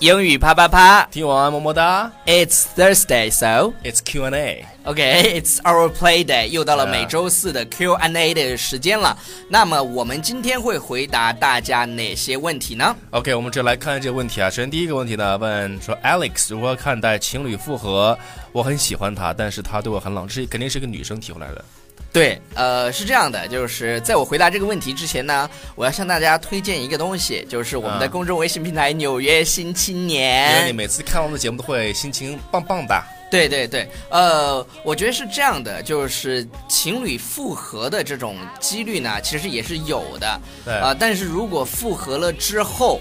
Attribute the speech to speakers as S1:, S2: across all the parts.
S1: 英语啪啪啪
S2: 听完么么哒
S1: ，It's Thursday, so
S2: ，It's Q&A。
S1: OK, it's our play day。又到了
S2: 嗯
S1: 每周四的 Q&A 的时间了。那么我们今天会回答大家哪些问题呢？
S2: OK，我们就来看这个问题啊。首先第一个问题呢，问说 Alex 如何看待情侣复合？我很喜欢他，但是他对我很冷，这肯定是一个女生提出来的。
S1: 对，呃，是这样的，就是在我回答这个问题之前呢，我要向大家推荐一个东西，就是我们的
S2: 嗯
S1: 公众微信平台《纽约新青
S2: 因
S1: 年》。
S2: 为你每次看我们的节目都会心情棒棒的。
S1: 对对对，呃，我觉得是这样的，就是情侣复合的这种几率呢，其实也是有的，
S2: 对
S1: 啊、但是如果复合了之后，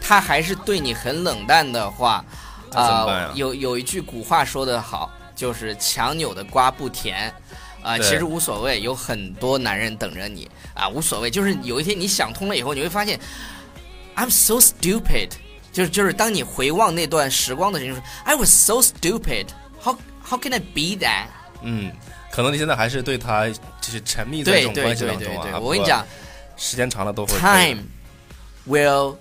S1: 他还是对你很冷淡的话，呃
S2: 那怎么办啊呀
S1: 有有一句古话说得好，就是强扭的瓜不甜。啊、
S2: 对
S1: 其实无所谓，有很多男人等着你啊，无所谓。就是有一天你想通了以后，你会发现，I'm so stupid。就是就是，当你回望那段时光的时候，你说 I was so stupid. How how can I be that？
S2: 嗯，可能你现在还是对他就是沉迷在
S1: 对
S2: 这种
S1: 对
S2: 关
S1: 对
S2: 系
S1: 对
S2: 当中
S1: 对，
S2: 啊。
S1: 我跟你讲
S2: 不过，时间长了都会
S1: ，time will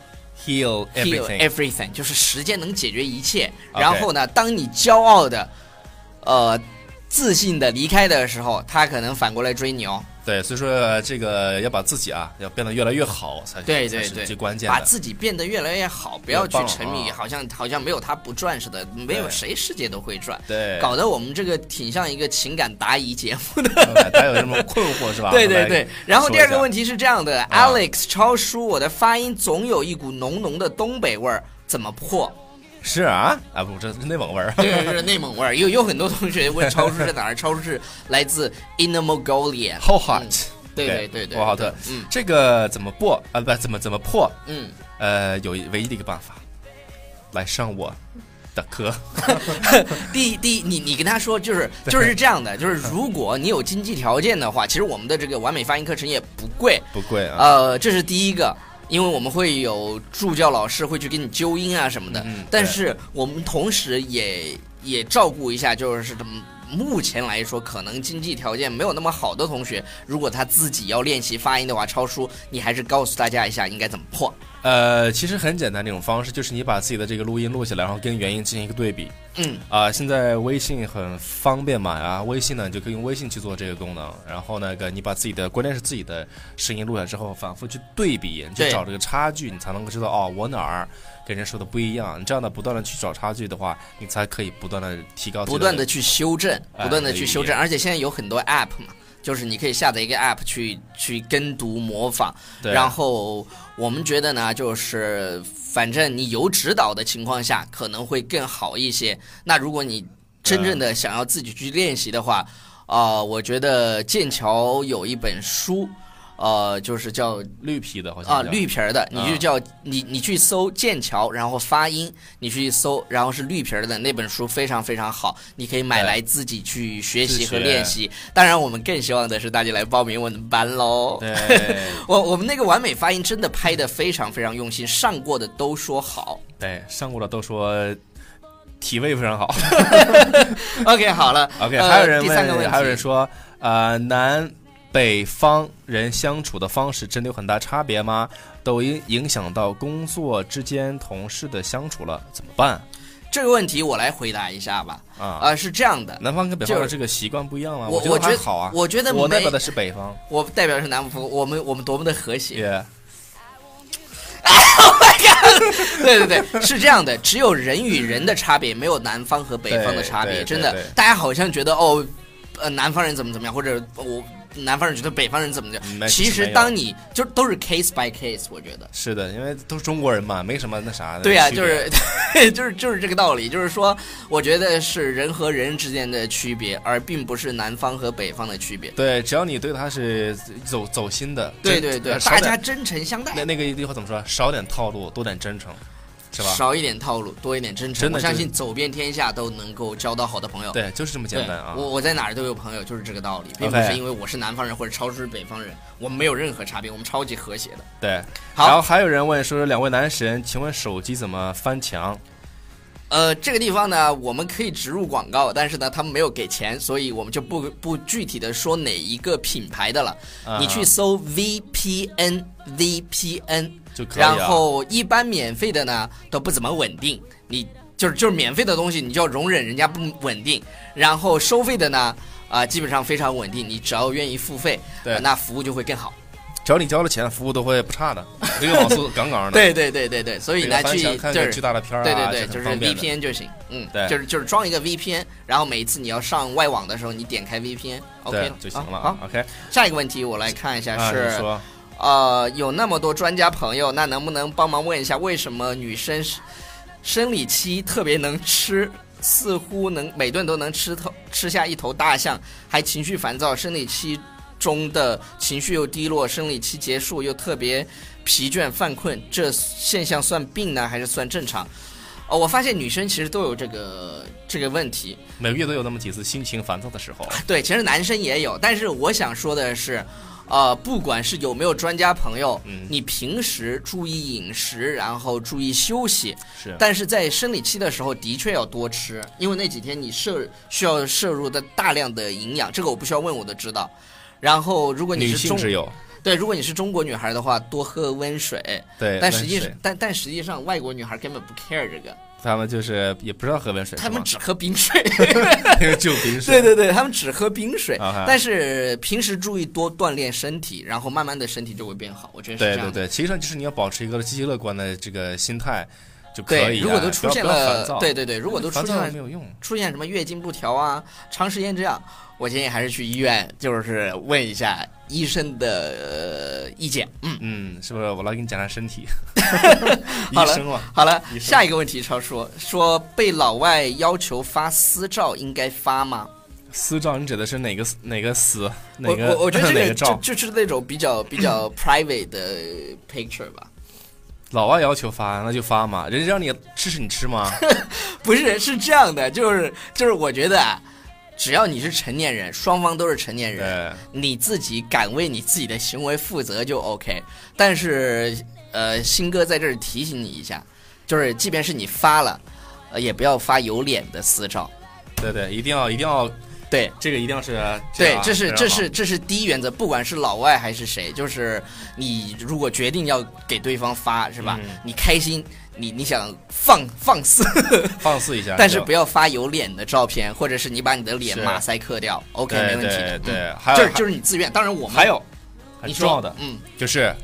S2: heal
S1: heal
S2: everything。
S1: everything，就是时间能解决一切。
S2: OK
S1: 然后呢，当你骄傲的，呃，自信的离开的时候，他可能反过来追你哦。
S2: 对，所以说呃这个要把自己啊，要变得越来越好才是
S1: 对
S2: 才
S1: 对
S2: 是
S1: 对，
S2: 最关键
S1: 把
S2: 的。
S1: 自己变得越来越好，不要去沉迷，
S2: 越棒啊
S1: 好像好像没有他不转似的，没有
S2: 对
S1: 谁世界都会转。
S2: 对，
S1: 搞得我们这个挺像一个情感答疑节目的，
S2: 大家有什么困惑是 吧？
S1: 对对
S2: 我
S1: 对
S2: 来。
S1: 然后第二个
S2: 说一下
S1: 问题是这样的
S2: 啊
S1: ，Alex 超叔，我的发音总有一股浓浓的东北味儿，怎么破？
S2: 是啊，啊不，这是内蒙味儿。
S1: 对，是内蒙味儿。有有很多同学问超叔是哪儿，超叔是来自 Inner Mongolia。
S2: How hot？、
S1: 对对对对，
S2: 呼和浩特。
S1: 嗯
S2: 这个怎么破啊？不，怎么怎么破？
S1: 嗯，
S2: 呃，有一唯一的一个办法，来上我的课。
S1: 第一第一，你你跟他说就是就是这样的，就是如果你有经济条件的话，其实我们的这个完美发音课程也不贵，
S2: 不贵啊。
S1: 呃，这是第一个。因为我们会有助教老师会去给你纠音啊什么的，
S2: 嗯嗯
S1: 但是我们同时也也照顾一下，就是这么目前来说，可能经济条件没有那么好的同学，如果他自己要练习发音的话，超叔，你还是告诉大家一下应该怎么破。
S2: 呃，其实很简单，这种方式就是你把自己的这个录音录下来，然后跟原音进行一个对比。
S1: 嗯，
S2: 啊、现在微信很方便嘛，啊，微信呢你就可以用微信去做这个功能。然后那个你把自己的，关键是自己的声音录下来之后，反复去对比，你
S1: 对
S2: 去找这个差距，你才能够知道哦，我哪儿跟人说的不一样。你这样的不断的去找差距的话，你才可以不断的提高自己
S1: 不断的去修正，
S2: 哎
S1: 不断的去修
S2: 对
S1: 正，而且现在有很多 app 嘛，就是你可以下载一个 app 去去跟读模仿。
S2: 对
S1: 然后我们觉得呢，就是反正你有指导的情况下，可能会更好一些。那如果你
S2: 啊
S1: 真正的想要自己去练习的话，呃，我觉得剑桥有一本书，呃，就是叫
S2: 绿皮的好像
S1: 啊，
S2: 叫
S1: 绿皮儿的，你就
S2: 啊
S1: 叫、你你去搜剑桥，然后发音，你去搜，然后是绿皮儿的那本书非常非常好，你可以买
S2: 对
S1: 来自己去学习
S2: 自
S1: 和
S2: 学
S1: 练习。当然，我们更希望的是大家来报名我们班喽。
S2: 哎对
S1: 我我们那个完美发音真的拍的非常非常用心，上过的都说 好。
S2: 对，哎上过的都说体味非常好。
S1: OK，好了
S2: OK，、
S1: 呃
S2: 还有人
S1: 第三个问题，
S2: 问，还有人说，呃，南北方人相处的方式真的有很大差别吗？抖音影响到工作之间同事的相处了，怎么办
S1: 这个问题我来回答一下吧。
S2: 啊？
S1: 呃，是这样的，
S2: 南方跟北方
S1: 就
S2: 的这个习惯不一样吗？
S1: 我
S2: 觉
S1: 觉
S2: 还
S1: 得
S2: 好啊，
S1: 我觉得
S2: 我代
S1: 没
S2: 表的是北方，
S1: 我代表是南方，我们我们多么的和谐。
S2: 也
S1: 对对对，是这样的，只有人与人的差别，没有南方和北方的差别。
S2: 对对
S1: 真的
S2: 对对，
S1: 大家好像觉得哦，呃，南方人怎么怎么样，或者我南方人觉得北方人怎么怎么
S2: 嗯
S1: 样。
S2: 没
S1: 其实
S2: 没有
S1: 当你就都是 case by case，我觉得。
S2: 是的，因为都是中国人嘛，没什么那啥的区别。
S1: 对啊呀、就是就是 就是这个道理，就是说，我觉得是人和人之间的区别，而并不是南方和北方的区别。
S2: 对，只要你对他是走走心的，
S1: 对
S2: 真
S1: 对对
S2: 呃，少
S1: 大
S2: 点
S1: 家真诚相待
S2: 那，那个一句话怎么说？少点套路，多点真诚，是吧？
S1: 少一点套路，多一点真诚。
S2: 真的
S1: 我相
S2: 就是
S1: 信走遍天下都能够交到好的朋友。
S2: 对，就是这么
S1: 对，
S2: 简单啊。
S1: 我我在哪儿都有朋友，就是这个道理，并不
S2: OK
S1: 是因为我是南方人或者超叔是北方人，我们没有任何差别，我们超级和谐的。
S2: 对，然后
S1: 好，
S2: 还有人问说，两位男神，请问手机怎么翻墙？
S1: 呃，这个地方呢，我们可以植入广告，但是呢，他们没有给钱，所以我们就不不具体的说哪一个品牌的了。
S2: 啊
S1: 你去搜 VPN VPN
S2: 就可以、啊。
S1: 然后一般免费的呢都不怎么稳定，你就是就是免费的东西，你就要容忍人家不稳定。然后收费的呢，啊、基本上非常稳定，你只要愿意付费，
S2: 对
S1: 呃那服务就会更好。
S2: 只要你交了钱，服务都会不差的， 这个网速杠杠的。
S1: 对对对对对，所以
S2: 嗯这个
S1: 呢，
S2: 翻
S1: 去
S2: 墙看
S1: 就
S2: 个
S1: 是
S2: 巨大的片儿啊，
S1: 对对对，
S2: 这
S1: 就是
S2: 很方便的。
S1: VPN 就行，嗯，
S2: 对
S1: 就是就是装一个 VPN，然后每一次你要上外网的时候，你点开 VPN，OK
S2: 对
S1: 了
S2: 就行了。
S1: 啊好，
S2: OK，
S1: 下一个问题我来看一下
S2: 啊，你
S1: 是，
S2: 说
S1: 呃，有那么多专家朋友，那能不能帮忙问一下，为什么女生是生理期特别能吃，似乎能每顿都能吃头吃下一头大象，还情绪烦躁，生理期中的情绪又低落，生理期结束又特别疲倦犯困，这现象算病呢，还是算正常？哦，我发现女生其实都有这个这个问题，
S2: 每个月都有那么几次心情烦躁的时候，
S1: 对，其实男生也有，但是我想说的是，呃，不管是有没有专家朋友，
S2: 嗯
S1: 你平时注意饮食，然后注意休息，
S2: 是
S1: 但是在生理期的时候的确要多吃，因为那几天你摄需要摄入的大量的营养，这个我不需要问我都知道。然后，如果你
S2: 女
S1: 是
S2: 性
S1: 中
S2: 只有
S1: 对，如果你是中国女孩的话，多喝温水。
S2: 对，
S1: 但实际
S2: 是
S1: 上，但但实际上，外国女孩根本不 care 这个，
S2: 他们就是也不知道喝温水是
S1: 她
S2: 吗，
S1: 们只喝冰水。
S2: 就冰水。
S1: 对对对，他们只喝冰水
S2: OK，
S1: 但是平时注意多锻炼身体，然后慢慢的身体就会变好。我觉得是
S2: 对
S1: 这样
S2: 对
S1: 的。
S2: 对，其实上就是你要保持一个积极乐观的这个心态就可
S1: 对
S2: 以啊。
S1: 如果都
S2: 不
S1: 出
S2: 要
S1: 现
S2: 不要
S1: 了
S2: 烦躁，嗯
S1: 对对对，如果都出
S2: 烦
S1: 现
S2: 躁
S1: 了
S2: 没有用。
S1: 出现什么月经不调啊，长时间这样，我建议还是去医院，就是问一下医生的呃意见。嗯，
S2: 嗯，是不是？我来给你检查身体， 医
S1: 好了
S2: 生嘛，
S1: 好了，
S2: 医生
S1: 下一个问题超说说被老外要求发私照应该发吗？
S2: 私照，你指的是哪个私哪个私哪
S1: 我
S2: 个
S1: 我我觉得
S2: 哪
S1: 这
S2: 个
S1: 个
S2: 照
S1: 就？就是那种比较比较 private 的 picture 吧。
S2: 老外要求发，那就发嘛。人家让你吃是你 吃吗？
S1: 不是，是这样的，就是就是，我觉得啊，只要你是成年人，双方都是成年人，
S2: 对，
S1: 你自己敢为你自己的行为负责就 OK。但是，呃，新哥在这儿提醒你一下，就是即便是你发了，呃，也不要发有脸的私照。
S2: 对对，一定要一定要，
S1: 对
S2: 这个一定要是
S1: 对
S2: 样，啊
S1: 这是这
S2: 样
S1: 是这是第一原则，不管是老外还是谁，就是你如果决定要给对方发，是吧？
S2: 嗯
S1: 你开心，你你想放放肆，
S2: 好放肆一下，
S1: 但是不
S2: 要
S1: 要发有脸的照片，或者是你把你的脸
S2: 是
S1: 马赛克掉，OK，
S2: 对
S1: 没问题的。
S2: 对对，
S1: 嗯，
S2: 还有
S1: 就是就是你自愿。当然我们
S2: 还有很
S1: 你
S2: 重要的
S1: 说，嗯，
S2: 就是，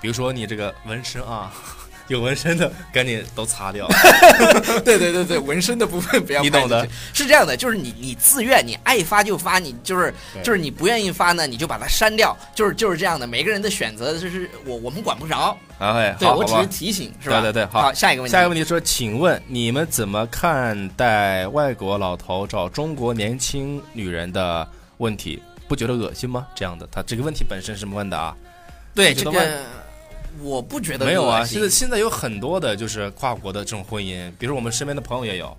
S2: 比如说你这个纹身啊， 有纹身的赶紧都 擦掉，
S1: 对对对对，纹身的部分不要
S2: 你
S1: 拍
S2: 懂
S1: 进
S2: 的
S1: 去。是这样的，就是你你自愿，你爱发就发，你就是
S2: 对
S1: 就是你不愿意发呢，你就把它删掉，就是就是这样的。每个人的选择就是我我们管不着，
S2: 哎，
S1: 对
S2: 好，
S1: 我
S2: 好
S1: 只是
S2: 吧。
S1: 提醒，是吧？
S2: 对对对好
S1: 好，下一个问题，
S2: 下一个问题说，请问你们怎么看待外国老头找中国年轻女人的问题？不觉得恶心吗？这样的，他这个问题本身是问的啊，
S1: 对
S2: 你觉
S1: 这
S2: 得
S1: 个我不觉得
S2: 没有啊。
S1: 恶心
S2: 现在现在有很多的就是跨国的这种婚姻，比如我们身边的朋友也有，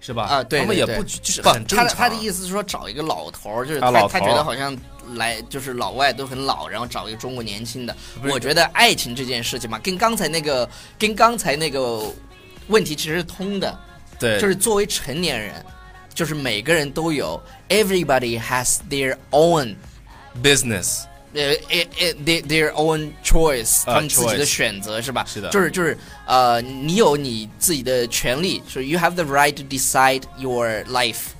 S2: 是吧？
S1: 啊对
S2: 他们
S1: 对
S2: 也
S1: 对
S2: 不就是
S1: 不
S2: 很，正
S1: 他
S2: 常。
S1: 的他的意思是说找一个老头儿，就是他
S2: 啊老
S1: 他
S2: 头
S1: 觉
S2: 儿
S1: 得好像来就是老外都很老，然后找一个中国年轻的。
S2: 不是
S1: 我觉得爱情这件事情嘛，跟刚才那个跟刚才那个问题其实是通的，
S2: 对，
S1: 就是作为成年人，就是每个人都有，everybody has their own。
S2: business
S1: 呃呃呃，their their own choice，
S2: 呃
S1: 他们自己
S2: choice
S1: 的选择是吧？
S2: 是的
S1: 就是就是呃，你有你自己的权利，就是 you have the right to decide your life，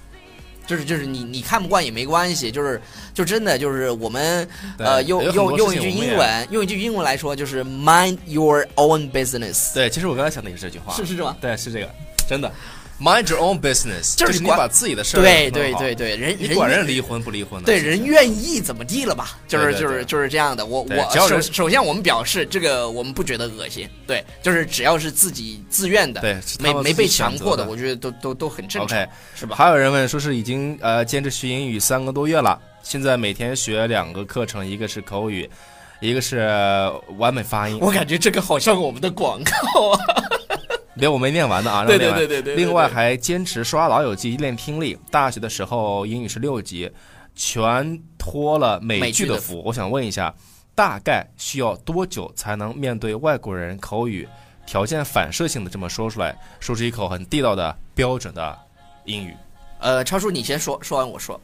S1: 就是就是你你看不惯也没关系，就是就真的就是我们
S2: 对
S1: 呃用
S2: 有很
S1: 用
S2: 多
S1: 用
S2: 事
S1: 一句
S2: 情我们
S1: 英
S2: 也
S1: 文用一句英文来说就是 mind your own business，
S2: 对，其实我刚才想的也是这句话，
S1: 是是这吗？
S2: 对，是这个，真的。Mind your own business，
S1: 就是
S2: 是你
S1: 管
S2: 把自己的事儿
S1: 对
S2: 弄
S1: 对
S2: 好
S1: 对，对，人
S2: 你管人
S1: 人。
S2: 离婚不离婚的，
S1: 对
S2: 是不是
S1: 人愿意怎么地了吧，就是
S2: 对对
S1: 就
S2: 对
S1: 是就是这样的。我
S2: 对
S1: 我
S2: 只要
S1: 首
S2: 人
S1: 首先我们表示这个我们不觉得恶心，对，就是只要是自己自愿的，
S2: 对是他
S1: 没
S2: 们
S1: 没
S2: 自己
S1: 被
S2: 选
S1: 强
S2: 择
S1: 迫
S2: 的
S1: 我觉得都都都很正常
S2: OK，
S1: 是吧？
S2: 还有人问说是已经呃兼职学英语三个多月了，现在每天学两个课程，一个是口语，一个是完美发音。
S1: 我感觉这个好像我们的广告啊，
S2: 别我没念完的啊，让我
S1: 对
S2: 念
S1: 对
S2: 完
S1: 对对对。
S2: 另外
S1: 对
S2: 还坚持刷《老友记》练听力。大学的时候英语是六级，全托了美
S1: 美
S2: 剧
S1: 剧
S2: 的
S1: 的
S2: 福。我想问一下，大概需要多久才能面对外国人口语条件反射性的这么说出来，说出一口很地道的标准的英语？
S1: 呃，超叔你先说，说完我说。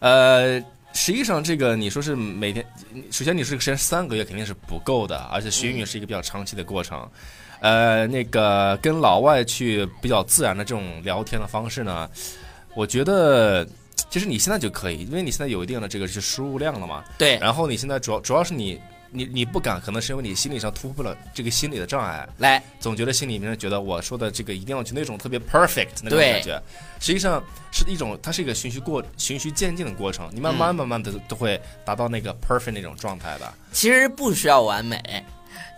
S2: 呃，实际上，这个你说是每天，首先你说这个时间三个月肯定是不够的，而且学英语是一个比较长期的过程。呃，那个跟老外去比较自然的这种聊天的方式呢，我觉得其实你现在就可以，因为你现在有一定的这个是输入量了嘛。
S1: 对，
S2: 然后你现在主要主要是你你你不敢，可能是因为你心理上突破了这个心理的障碍，
S1: 来，
S2: 总觉得心里面觉得我说的这个一定要去那种特别 perfect 那种
S1: 对
S2: 感觉，实际上是一种，它是一个循序过循序渐进的过程，你慢慢慢慢的都会达到那个 perfect 那种状态的。
S1: 其实不需要完美，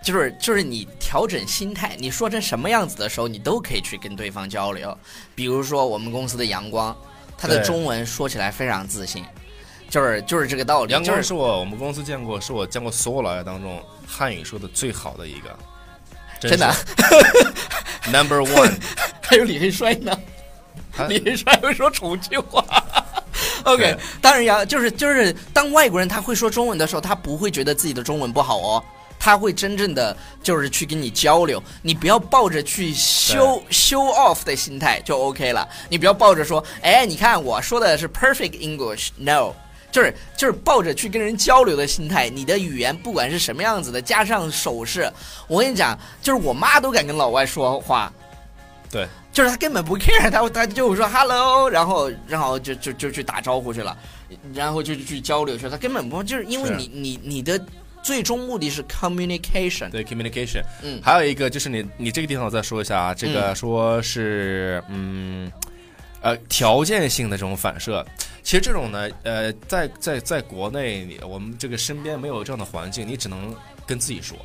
S1: 就是就是你调整心态，你说成什么样子的时候，你都可以去跟对方交流。比如说我们公司的阳光，他的
S2: 对
S1: 中文说起来非常自信，就是就是这个道理，
S2: 阳
S1: 就
S2: 光
S1: 是
S2: 是我我们公司见过，是我见过所有老外当中汉语说的最好的一个，
S1: 真的。啊
S2: 是 number one。
S1: 还有李黑帅呢
S2: 他，
S1: 李黑帅会说重庆 话。OK，
S2: 对
S1: 当然呀，就是就是，当外国人他会说中文的时候，他不会觉得自己的中文不好哦，他会真正的就是去跟你交流。你不要抱着去修 show off 的心态就 OK 了，你不要抱着说，哎，你看我说的是 perfect English，no。就是就是抱着去跟人交流的心态，你的语言不管是什么样子的，加上手势，我跟你讲，就是我妈都敢跟老外说话，
S2: 对，
S1: 就是他根本不 care，他他就说 hello，然后然后就就就去打招呼去了，然后就去交流去了。他根本不就是因为
S2: 是
S1: 你你你的最终目的是 communication，
S2: 对 communication，
S1: 嗯
S2: 还有一个就是你你这个地方我再说一下啊，这个说是嗯呃条件性的这种反射，其实这种呢呃在在在国内你我们这个身边没有这样的环境，你只能跟自己说，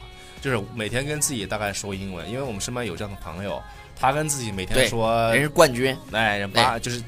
S2: 就是每天跟自己大概说英文，因为我们身边有这样的朋友，他跟自己每
S1: 对
S2: 天说
S1: 人是冠军，
S2: 哎八就是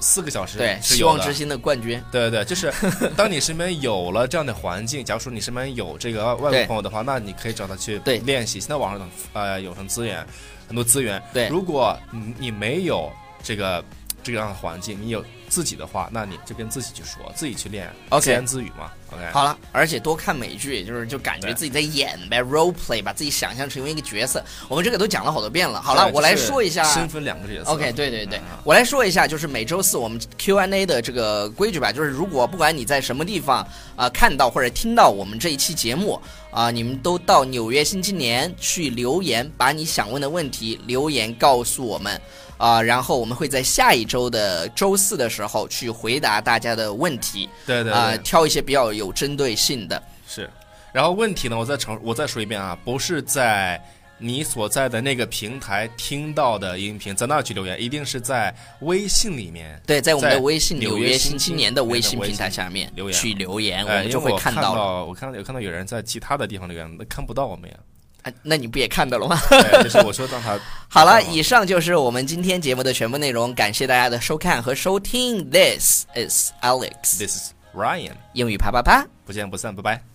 S2: 四个小时
S1: 对，
S2: 是
S1: 希
S2: 有
S1: 望
S2: 的
S1: 之星的冠军，
S2: 对对，就是当你身边有了这样的环境，假如说你身边有这个外
S1: 对
S2: 国朋友的话，那你可以找他去
S1: 对
S2: 练习。现在网上呃有很多资源，很多资源。
S1: 对
S2: 如果你你没有这个这样的环境，你有自己的话，那你就跟自己去说，自己去练
S1: OK
S2: 自言自语嘛。OK，
S1: 好了，而且多看美剧，就是就感觉
S2: 对
S1: 自己在演呗，role play，把自己想象成为一个角色。我们这个都讲了好多遍了，好了，
S2: 对
S1: 我来
S2: 就是
S1: 说一下
S2: 身份两个角色。
S1: OK，对对对
S2: 嗯，
S1: 我来说一下，就是每周四我们 Q&A 的这个规矩吧，就是如果不管你在什么地方啊、呃看到或者听到我们这一期节目啊、你们都到《纽约新青年》去留言，把你想问的问题留言告诉我们啊、然后我们会在下一周的周四的时候去回答大家的问题
S2: 对对对，
S1: 啊、挑一些比较有针对性的。
S2: 是。然后问题呢，我再重我再说一遍啊，不是在你所在的那个平台听到的音频，在那儿去留言，一定是在微信里面。
S1: 对，在我们的
S2: 在
S1: 微信《
S2: 纽
S1: 纽
S2: 约
S1: 约新
S2: 新青
S1: 青
S2: 年
S1: 年》
S2: 的
S1: 的微信
S2: 微
S1: 平台
S2: 信
S1: 下面
S2: 留言
S1: 去留言，我
S2: 哎，
S1: 们就
S2: 因为
S1: 会
S2: 我看
S1: 到了。
S2: 我看到有看到有人在其他的地方留言，那看不到 我们呀。
S1: 哎那你不也看到了吗？
S2: 对，就是我说让他
S1: 好了，
S2: 好
S1: 以上就是我们今天节目的全部内容，感谢大家的收看和收听。This is Alex，
S2: this is Ryan，
S1: 英语啪啪啪。
S2: 不见不散，拜拜。